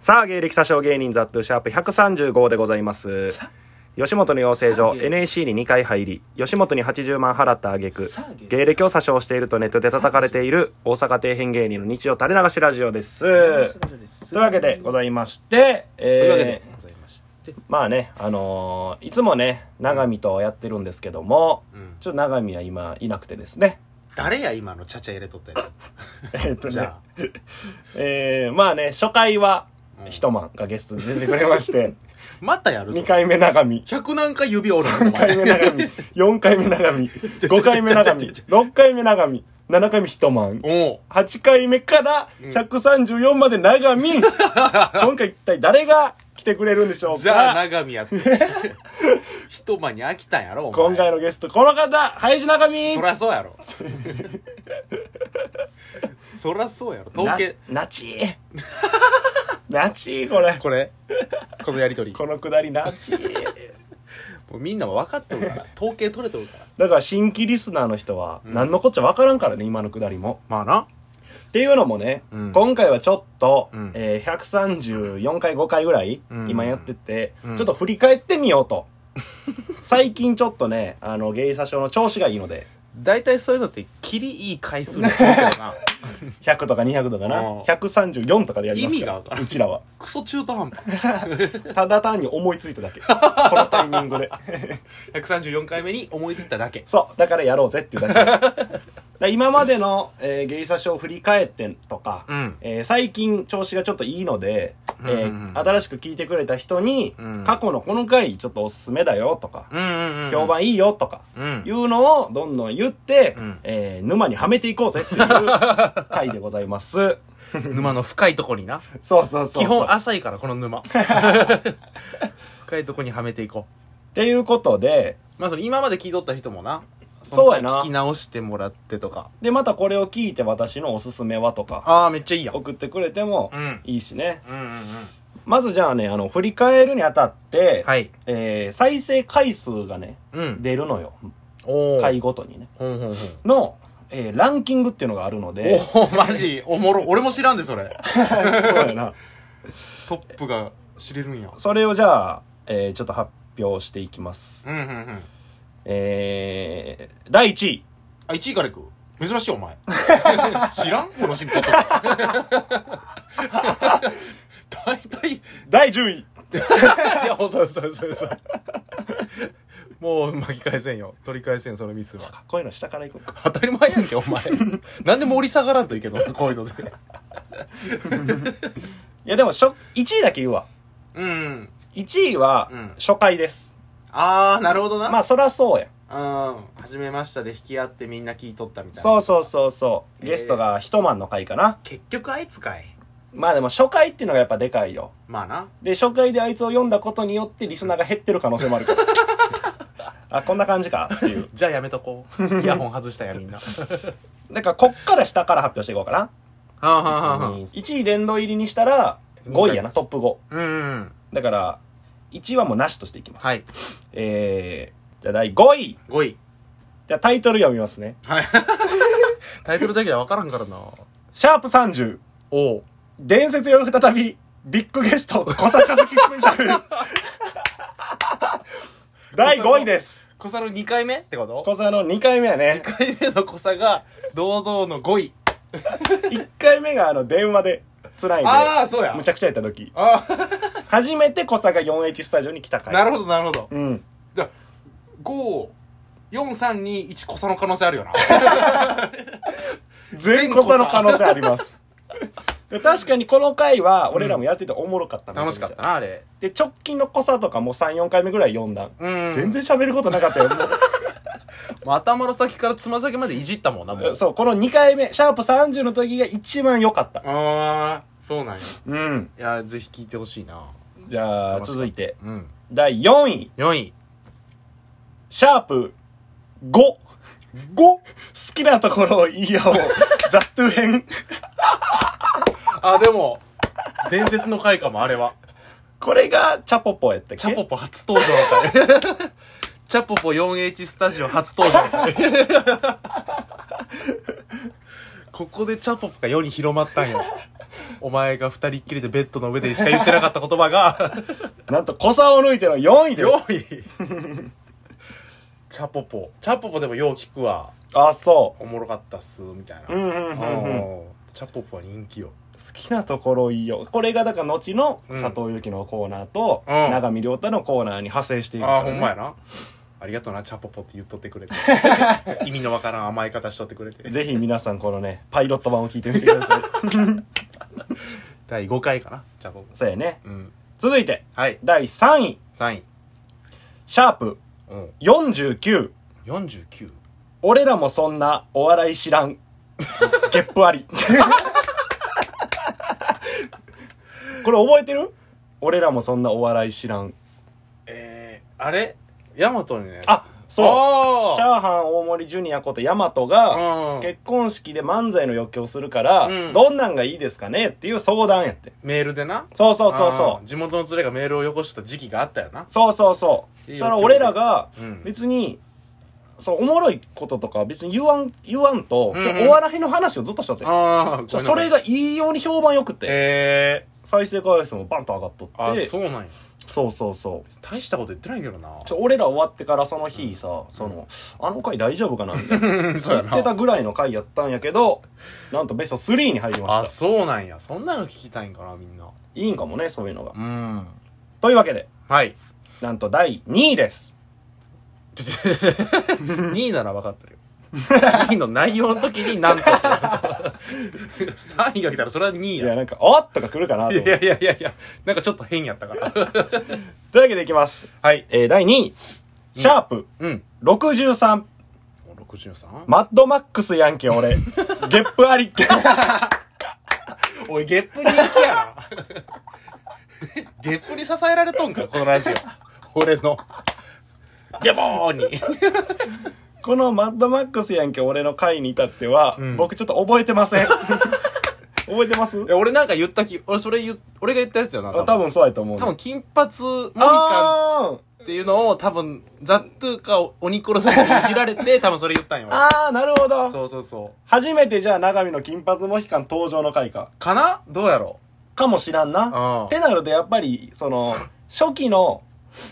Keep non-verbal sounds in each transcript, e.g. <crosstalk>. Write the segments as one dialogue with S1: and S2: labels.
S1: さあ、芸歴詐称芸人ザットゥシャープ135でございます。吉本の養成所
S2: さあ芸
S1: NAC に2回入り、吉本に80万払った挙句
S2: さあ芸、
S1: 芸歴を詐称しているとネットで叩かれている大阪底辺芸人の日常垂れ流しラジオです。というわけでございまして、
S2: というわけで
S1: えー
S2: ございまして、
S1: まあね、あのーいつもね、長見とやってるんですけども、
S2: うん
S1: ちょっと長見は今いなくてですね。
S2: 誰や今のちゃちゃ入れとったや
S1: えっと
S2: つ
S1: ね
S2: <laughs> じゃあ
S1: <laughs> えーまあね、初回は
S2: う、ん
S1: ヒトマンがゲストに出てくれまして、
S2: またやるぞ
S1: 2回目長見、
S2: 100何回指折るの
S1: 3
S2: お
S1: 回目
S2: 前
S1: 長 <laughs> 見、4回目長見、
S2: ちょ
S1: 5回目長見、
S2: ちょちょち
S1: 6回目長見、7回目ヒトマン、
S2: おう
S1: 8回目から134まで長
S2: <laughs>
S1: 見、今回一体誰が来てくれるんでしょう
S2: じゃあ
S1: か
S2: 長見やって一晩に飽きたんやろお前
S1: 今回のゲスト、この方、ハイジ長見
S2: そりゃそうや <laughs> ろそりゃそうやろ統計
S1: な、な <laughs> ちー。なちー、これ。
S2: これこのやりとり
S1: このくだりなちー。
S2: もうみんなも分かってるから統計取れてるから
S1: だから新規リスナーの人は、何のこっちゃわからんからね、今のくだりも。
S2: まあな
S1: っていうのもね、
S2: うん
S1: 今回はちょっと、
S2: うん
S1: えー134回5回ぐらい、
S2: うん
S1: 今やってて、
S2: うん
S1: ちょっと振り返ってみようと。 <laughs> 最近ちょっとね、あの、芸者賞の調子がいいので、
S2: 大体そういうのってキリいい回数にするから <laughs> な
S1: 100とか200とかな、
S2: うん
S1: 134とかでやります
S2: 意味
S1: か
S2: が
S1: ら
S2: わからん
S1: うちらは。
S2: クソ中途半端
S1: ただ単に思いついただけ。 <laughs> このタイミングで。
S2: 134回目に思いついただけ
S1: そう、だからやろうぜっていうだ
S2: <laughs>
S1: け。だから今までの、えー、芸者賞を振り返ってとか、
S2: うん
S1: えー最近調子がちょっといいので、えー
S2: うんうんうん
S1: 新しく聞いてくれた人に、
S2: うん
S1: 過去のこの回ちょっとおすすめだよとか、
S2: うんうん、うん、
S1: 評判いいよとか、
S2: うん
S1: いうのをどんどん言って、
S2: うん
S1: えー沼にはめていこうぜっていう回でござい
S2: <laughs>
S1: ます。
S2: 沼の深いとこにな
S1: <laughs> そうそうそうそう。
S2: 基本浅いからこの沼 <laughs> 深いとこにはめていこ
S1: っていうことで、
S2: うまあその今まで聞いとった人もな
S1: そうやな
S2: の聞き直してもらってとか
S1: で、またこれを聞いて私のおすすめはとか、
S2: ああめっちゃいいやん
S1: 送ってくれても
S2: うん
S1: いいしね。
S2: うんうんうん
S1: まずじゃあね、あの、振り返るにあたって、
S2: はい
S1: えー再生回数がね、
S2: うん
S1: 出るのよ。
S2: おお
S1: 回ごとにね。
S2: ほんほんほん
S1: の、えーランキングっていうのがあるので、
S2: おおマジおもろ俺も知らんでそれ
S1: そうやな。
S2: トップが知れるんや
S1: それをじゃあ、えーちょっと発表していきます。
S2: うんうんうん
S1: えー、第1位。
S2: あ1位からいく珍しいお前 <laughs> 知らんこの
S1: <laughs>
S2: 進行と大体
S1: 第10位。
S2: <laughs> いや、そうそうそうそう。もう巻き返せんよ。取り返せん、そのミスは。
S1: かっこいいの下からいこうか。
S2: 当たり前やんけ、お前。なんで盛り下がらんといけんのこういうので。
S1: いやでも、しょ、1位だけ言うわ。
S2: うん。
S1: 1位は
S2: うん、
S1: 初回です。
S2: あー、なるほどな。
S1: まあ、そらそうや。
S2: あ、うん。初めましたで引き合ってみんな聞いとったみたいな。。
S1: そううそうそうそう。
S2: えー
S1: ゲストが一晩の回かな。
S2: 結局あいつかい。
S1: まあでも、初回っていうのがやっぱでかいよ。
S2: まあな。
S1: で、初回であいつを読んだことによってリスナーが減ってる可能性もあるから。あ、こんな感じかっていう。
S2: じゃあやめとこ
S1: <laughs>
S2: う。イヤホン外したや、みんな。
S1: だから、こっから下から発表していこうかな。
S2: はあは
S1: 1位殿堂入りにしたら、5位やな、トップ5。
S2: うんうん。
S1: だから、1位はもうなしとしていきます。
S2: はい。
S1: えー、じゃあ第5位。
S2: 5位。
S1: じゃあタイトル読みますね。
S2: はい。タイトルだけでわからんからな。
S1: シャープ30、
S2: おう。
S1: 伝説よ再び、ビッグゲスト、小坂月スペシャル。第5位です。
S2: 小さの2回目ってこと
S1: 小坂の2回目やね。
S2: 1回目の小さが堂々の5位
S1: 1回目があの、電話で、辛いんで。
S2: ああそうや
S1: むちゃくちゃやった時。
S2: あ
S1: <laughs> 初めて小坂 4H スタジオに来た
S2: あ
S1: 回。
S2: なるほどなるほど
S1: ど。うん。
S2: じゃあ54321小さの可能性あるよな
S1: 全小坂の可能性あります。で確かにこの回は、俺らもやってておもろかったな
S2: <laughs> 楽しかった。なあれ
S1: で、直近の小坂とかも3、4回目ぐらい読んだ。
S2: うん
S1: 全然喋ることなかったよ。
S2: <laughs> もう頭の先からつま先までいじったもんなもう
S1: そう、この2回目、シャープ30の時が一番良かった。
S2: ああそうなんや
S1: うん。
S2: いやぜひ聞いてほしいな
S1: じゃあ、
S2: 楽しかった
S1: 続いて、
S2: うん
S1: 第4位、
S2: 4位
S1: シャープ5。5? 好きなところを言い合お
S2: <laughs>
S1: う。ザットゥ編。
S2: あでも伝説の回かもあれは
S1: これが、チャポポやったっけ
S2: チャポポ初登場の回チャポポ 4H スタジオ初登場の回ここでチャポポが世に広まったんよお前が二人っきりでベッドの上でしか言ってなかった言葉が <laughs>
S1: なんと、小さを抜いての4位です。
S2: 4位チャポポチャポポでもよう聞くわ
S1: あ、そ
S2: おもろかったっすみたいな、
S1: う。うんうんうんうん。好
S2: あーチャポポは人気よ
S1: きなところいいよ。これが、だから、後の
S2: うん
S1: 佐藤由紀のコーナーと、
S2: うん
S1: 長見亮太のコーナーに派生していくから、
S2: あ
S1: ね。
S2: ほんまやなありがとうなチャポポって言っとってくれ <laughs> て意味のわからん甘い方しとってくれて
S1: ぜひ皆さん、このね、パイロット版を聞いてみてください。
S2: 第5回かなチャポポ
S1: そうやね。
S2: うん
S1: 続いて、
S2: はい
S1: 第3位、
S2: 3位
S1: シャープ
S2: うん
S1: 49。
S2: 49
S1: 俺らもそんなお笑い知らん。ゲップあり。これ覚えてる俺らもそんなお笑い知らん。
S2: えー、あれヤマトにね
S1: あ、そう。チ
S2: そ
S1: ャーハン大森ジュニアことヤマトが、
S2: う、うん、
S1: 結婚式で漫才の余興するから、
S2: うん
S1: どんなんがいいですかねっていう相談やって。
S2: メールでな
S1: そうそうそうそ
S2: あー
S1: う。
S2: 地元の連れがメールをよこしてた時期があったよな
S1: そうそうそう。
S2: いい
S1: そ
S2: よ
S1: したら俺らが
S2: うん、
S1: 別に、そう、おもろいこととかは別に言わん、言わんと、
S2: うん
S1: 普通にお笑いの話をずっとしとって。
S2: ああ
S1: そそれがいいように評判良くて。
S2: え
S1: 再生回数もバンと上がっと
S2: ー、あ
S1: って
S2: そうなんや
S1: そうそうそう
S2: 大したこと言ってないけどな
S1: ちょ俺ら終わってからその日さ、そのあの回大丈夫かなみたいな
S2: <laughs> そうや
S1: 言ってたぐらいの回やったんやけどなんとベスト3に入りま
S2: あ
S1: した
S2: そうなんやそんなの聞きたいんかなみんない
S1: いんかもねそういうのが、
S2: うん
S1: というわけで
S2: <laughs> はい
S1: なんと第2位です
S2: 2位なら分かってるよ2位の内容の時になんと3位が来たらそれは2位
S1: い
S2: や
S1: やなんか「おっ!」とか来るかなと
S2: い
S1: 思
S2: や
S1: っ
S2: い
S1: て
S2: やいやいやいやなんかちょっと変やったから <laughs>
S1: というわけでいきます、
S2: はい
S1: えー、第2位シャープ
S2: うん
S1: 63、
S2: もう 63?
S1: マッドマックスやんけ
S2: <laughs>
S1: 俺ゲップあり
S2: おい、ゲップに行き <laughs> やな。ゲップに支えられとんか、このラジオ。俺の。ゲボーに。
S1: このマッドマックスやんけ俺の回に至っては、
S2: うん
S1: 僕ちょっと覚えてませ
S2: <laughs>
S1: ん覚えてます
S2: いや俺なんか言ったき、俺それ言う、俺が言ったやつよな。
S1: あ多分そうやと思うね。
S2: 多分金髪モニカ
S1: あ
S2: っていうのを多分ザットゥーか鬼殺さずにいじられて多分それ言ったんよ
S1: ーあー、なるほ
S2: 俺
S1: ど。
S2: そうそうそう
S1: 初めてじゃあ、長見の金髪モヒカン登場の回か。
S2: かなどうやろ
S1: かもしらん
S2: うん
S1: な。ってなると、やっぱり、そ
S2: <laughs>
S1: の、初期の、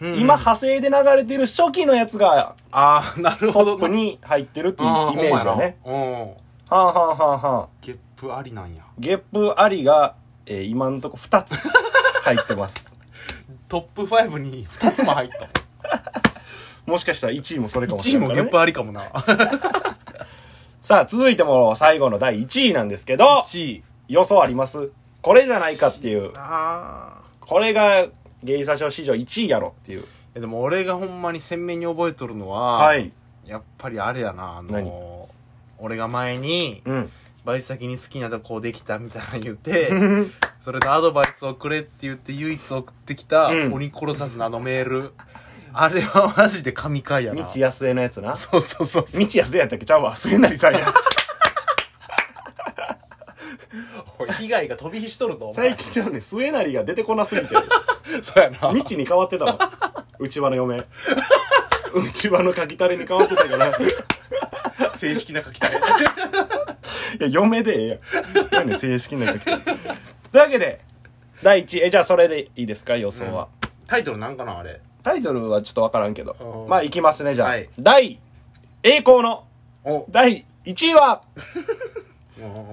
S2: う、
S1: 今
S2: 今
S1: 派生で流れてる初期のやつが、
S2: ああなるほ
S1: ト
S2: ど
S1: ップに入ってるっていうイメージだね。
S2: うんほんまやなうん
S1: はあ、はあはあはあ、
S2: ゲップありなんや
S1: ゲップありが、えー今んとこ2つ
S2: <laughs>
S1: 入ってます。
S2: トップ5に2つも入った <laughs>
S1: もしかしたら1位もそれかもし
S2: 1位
S1: れな
S2: も
S1: い、
S2: ゲッ
S1: ね。
S2: プありかもな
S1: さあ、続いても最後の第1位なんですけど、
S2: 1位
S1: 予想ありますこれじゃないかっていう。
S2: あ
S1: これが芸イサ賞史上1位やろっていう
S2: でも俺がほんまに鮮明に覚えとるのは、
S1: はい
S2: やっぱりあれやなあ
S1: 何
S2: の俺が前に
S1: うん
S2: バイト先に好きな子できたみたいなの言うてそれでアドバイスをくれって言って唯一送ってきた
S1: うん
S2: 鬼殺さずなのメールあれはマジで神回やな
S1: 道康江のやつな道
S2: そうそうそうそう
S1: 康江やったっけちゃうわ末成さん
S2: <laughs>
S1: や
S2: 被害が飛び火しとるぞ
S1: 最近ちゃうね末成が出てこなすぎて
S2: そうや
S1: 道
S2: な
S1: に変わってたわ内輪の嫁内輪の書き垂れに変わってたからい
S2: 正式な書きたい
S1: や嫁でええやんなんで正式な書き垂れというわけで第1位えじゃあそれでいいですか予想は、
S2: タイトルなんかなあれ
S1: タイトルはちょっとわからんけど
S2: うん
S1: まあいきますねじゃあ、
S2: はい
S1: 第栄光の
S2: お
S1: 第1位は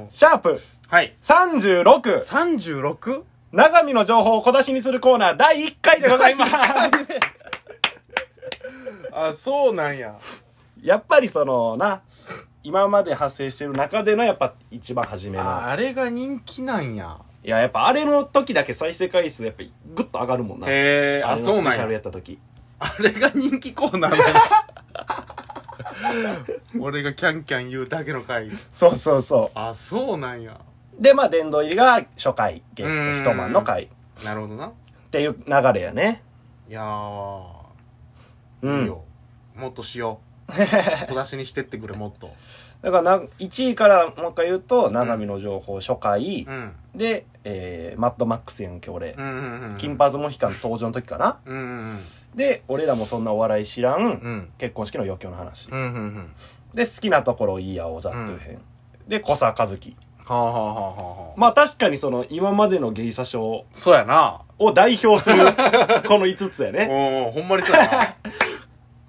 S1: シャープ
S2: はい
S1: 36
S2: 36?
S1: 長見の情報を小出しにするコーナー第1回でございます。
S2: <laughs> あそうなんや
S1: やっぱりそのな、今まで発生してる中でのやっぱ一番初め
S2: あ
S1: の。
S2: あれが人気なんや
S1: いや、やっぱあれの時だけ再生回数やっぱりグッと上がるもんな。
S2: へえ
S1: あ
S2: あ
S1: れの
S2: そう
S1: スペ
S2: な
S1: シャ
S2: ん
S1: ルや
S2: や
S1: った時。
S2: あれが人気コーナーなんや <laughs> 俺がキャンキャン言うだけの回
S1: そうそうそ
S2: あそうなんや
S1: う。で、まあ、殿堂入りが初回、ゲスト一晩の回っ
S2: なるほどな
S1: ていう流れやね。
S2: いやー
S1: う
S2: いい
S1: ん。
S2: よもっとし
S1: <laughs>
S2: よう小出しにしてってくれもっと
S1: だからな、1位からもう一回言うと、長見の情報初回
S2: う、ん
S1: で、えー、マッドマックスやんけ、俺
S2: う。んうんうん
S1: 金髪モヒカン登場の時かな。
S2: うんうん
S1: で、俺らもそんなお笑い知らん、
S2: うんうん
S1: 結婚式の余興の話。
S2: うんうんうん
S1: で、好きなところいいや、おざっていう編。で、小沢和樹。
S2: はあはあはあはあ。
S1: まあ確かにその今までの芸者賞
S2: そうやな。
S1: を代表 <laughs> するこの5つや
S2: う
S1: ね。
S2: ん、ほんまにそうや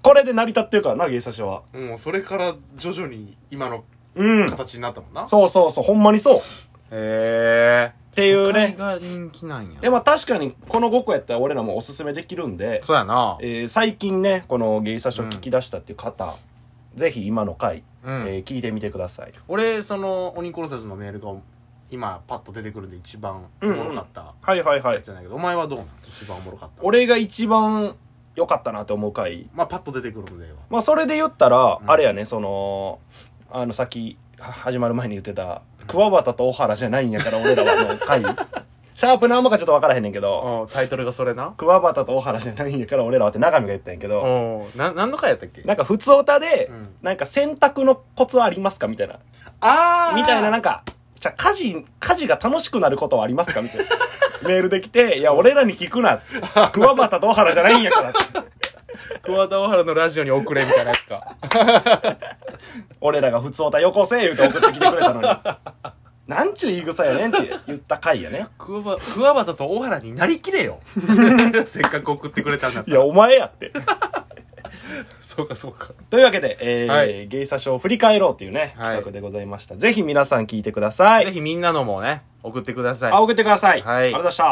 S1: これで成り立ってるからな、芸者賞は。
S2: な。うん、それから徐々に今の
S1: うん。
S2: 形になったもんな。
S1: そうそうそう、ほんまにそう。っ
S2: へえ。
S1: ていうね。
S2: が人気なんや
S1: で、まあ確かにこの5個やったら俺らもおすすめできるんで、
S2: そうやな。
S1: えー最近ね、この芸者賞聞き出したっていう方、ぜひ今の回、
S2: うん
S1: えー聞いてみてください。
S2: 俺、その、鬼殺さずのメールが今パッと出てくるんで一番おもろかった
S1: はいはいは
S2: やつ。じゃないけど、お前はどうなの一番おもろかった。
S1: 俺が一番良かったなって思う回
S2: まあパッと出てくるのでええわ
S1: まあそれで言ったら、
S2: うん
S1: あれやねそのあのさっきは始まる前に言ってた桑畑と小原じゃないんやから俺らはもう回
S2: <laughs>
S1: シャープ何もかちょっと分からへんねんけど
S2: うん、タイトルがそれな。
S1: 桑畑と小原じゃないんやから俺らはって長見が言ったんやけ
S2: う
S1: ど
S2: ん。な、何の回やったっけ
S1: なんか普通歌で
S2: うん
S1: なんか洗濯のコツはありますかみたいな
S2: あ
S1: みたいななん
S2: か、
S1: かじゃあ家事家事が楽しくなることはありますかみたいなメールできて「いや俺らに聞くな」っつって
S2: <laughs>
S1: 「桑畑と小原じゃないんやから」って
S2: 桑田大原のラジオに送れみたいなやつか。
S1: 俺らが普通おたよこせ言うて送ってきてくれ <laughs> たのに。なんちゅう言い草やねんって言った回やね。
S2: <laughs> 桑ば、桑畑と大原になりきれ <laughs> よ。せっかく送ってくれたんだっ
S1: い
S2: たら。
S1: や、お前やって。
S2: そうかそうか。
S1: というわけで、えー
S2: はい
S1: 芸者賞を振り返ろうっていうね、
S2: はい
S1: 企画でございました。ぜひ皆さん聞いてください。
S2: ぜひみんなのもね、送ってください。
S1: あ、送ってください。あ
S2: はい
S1: りがとうございました。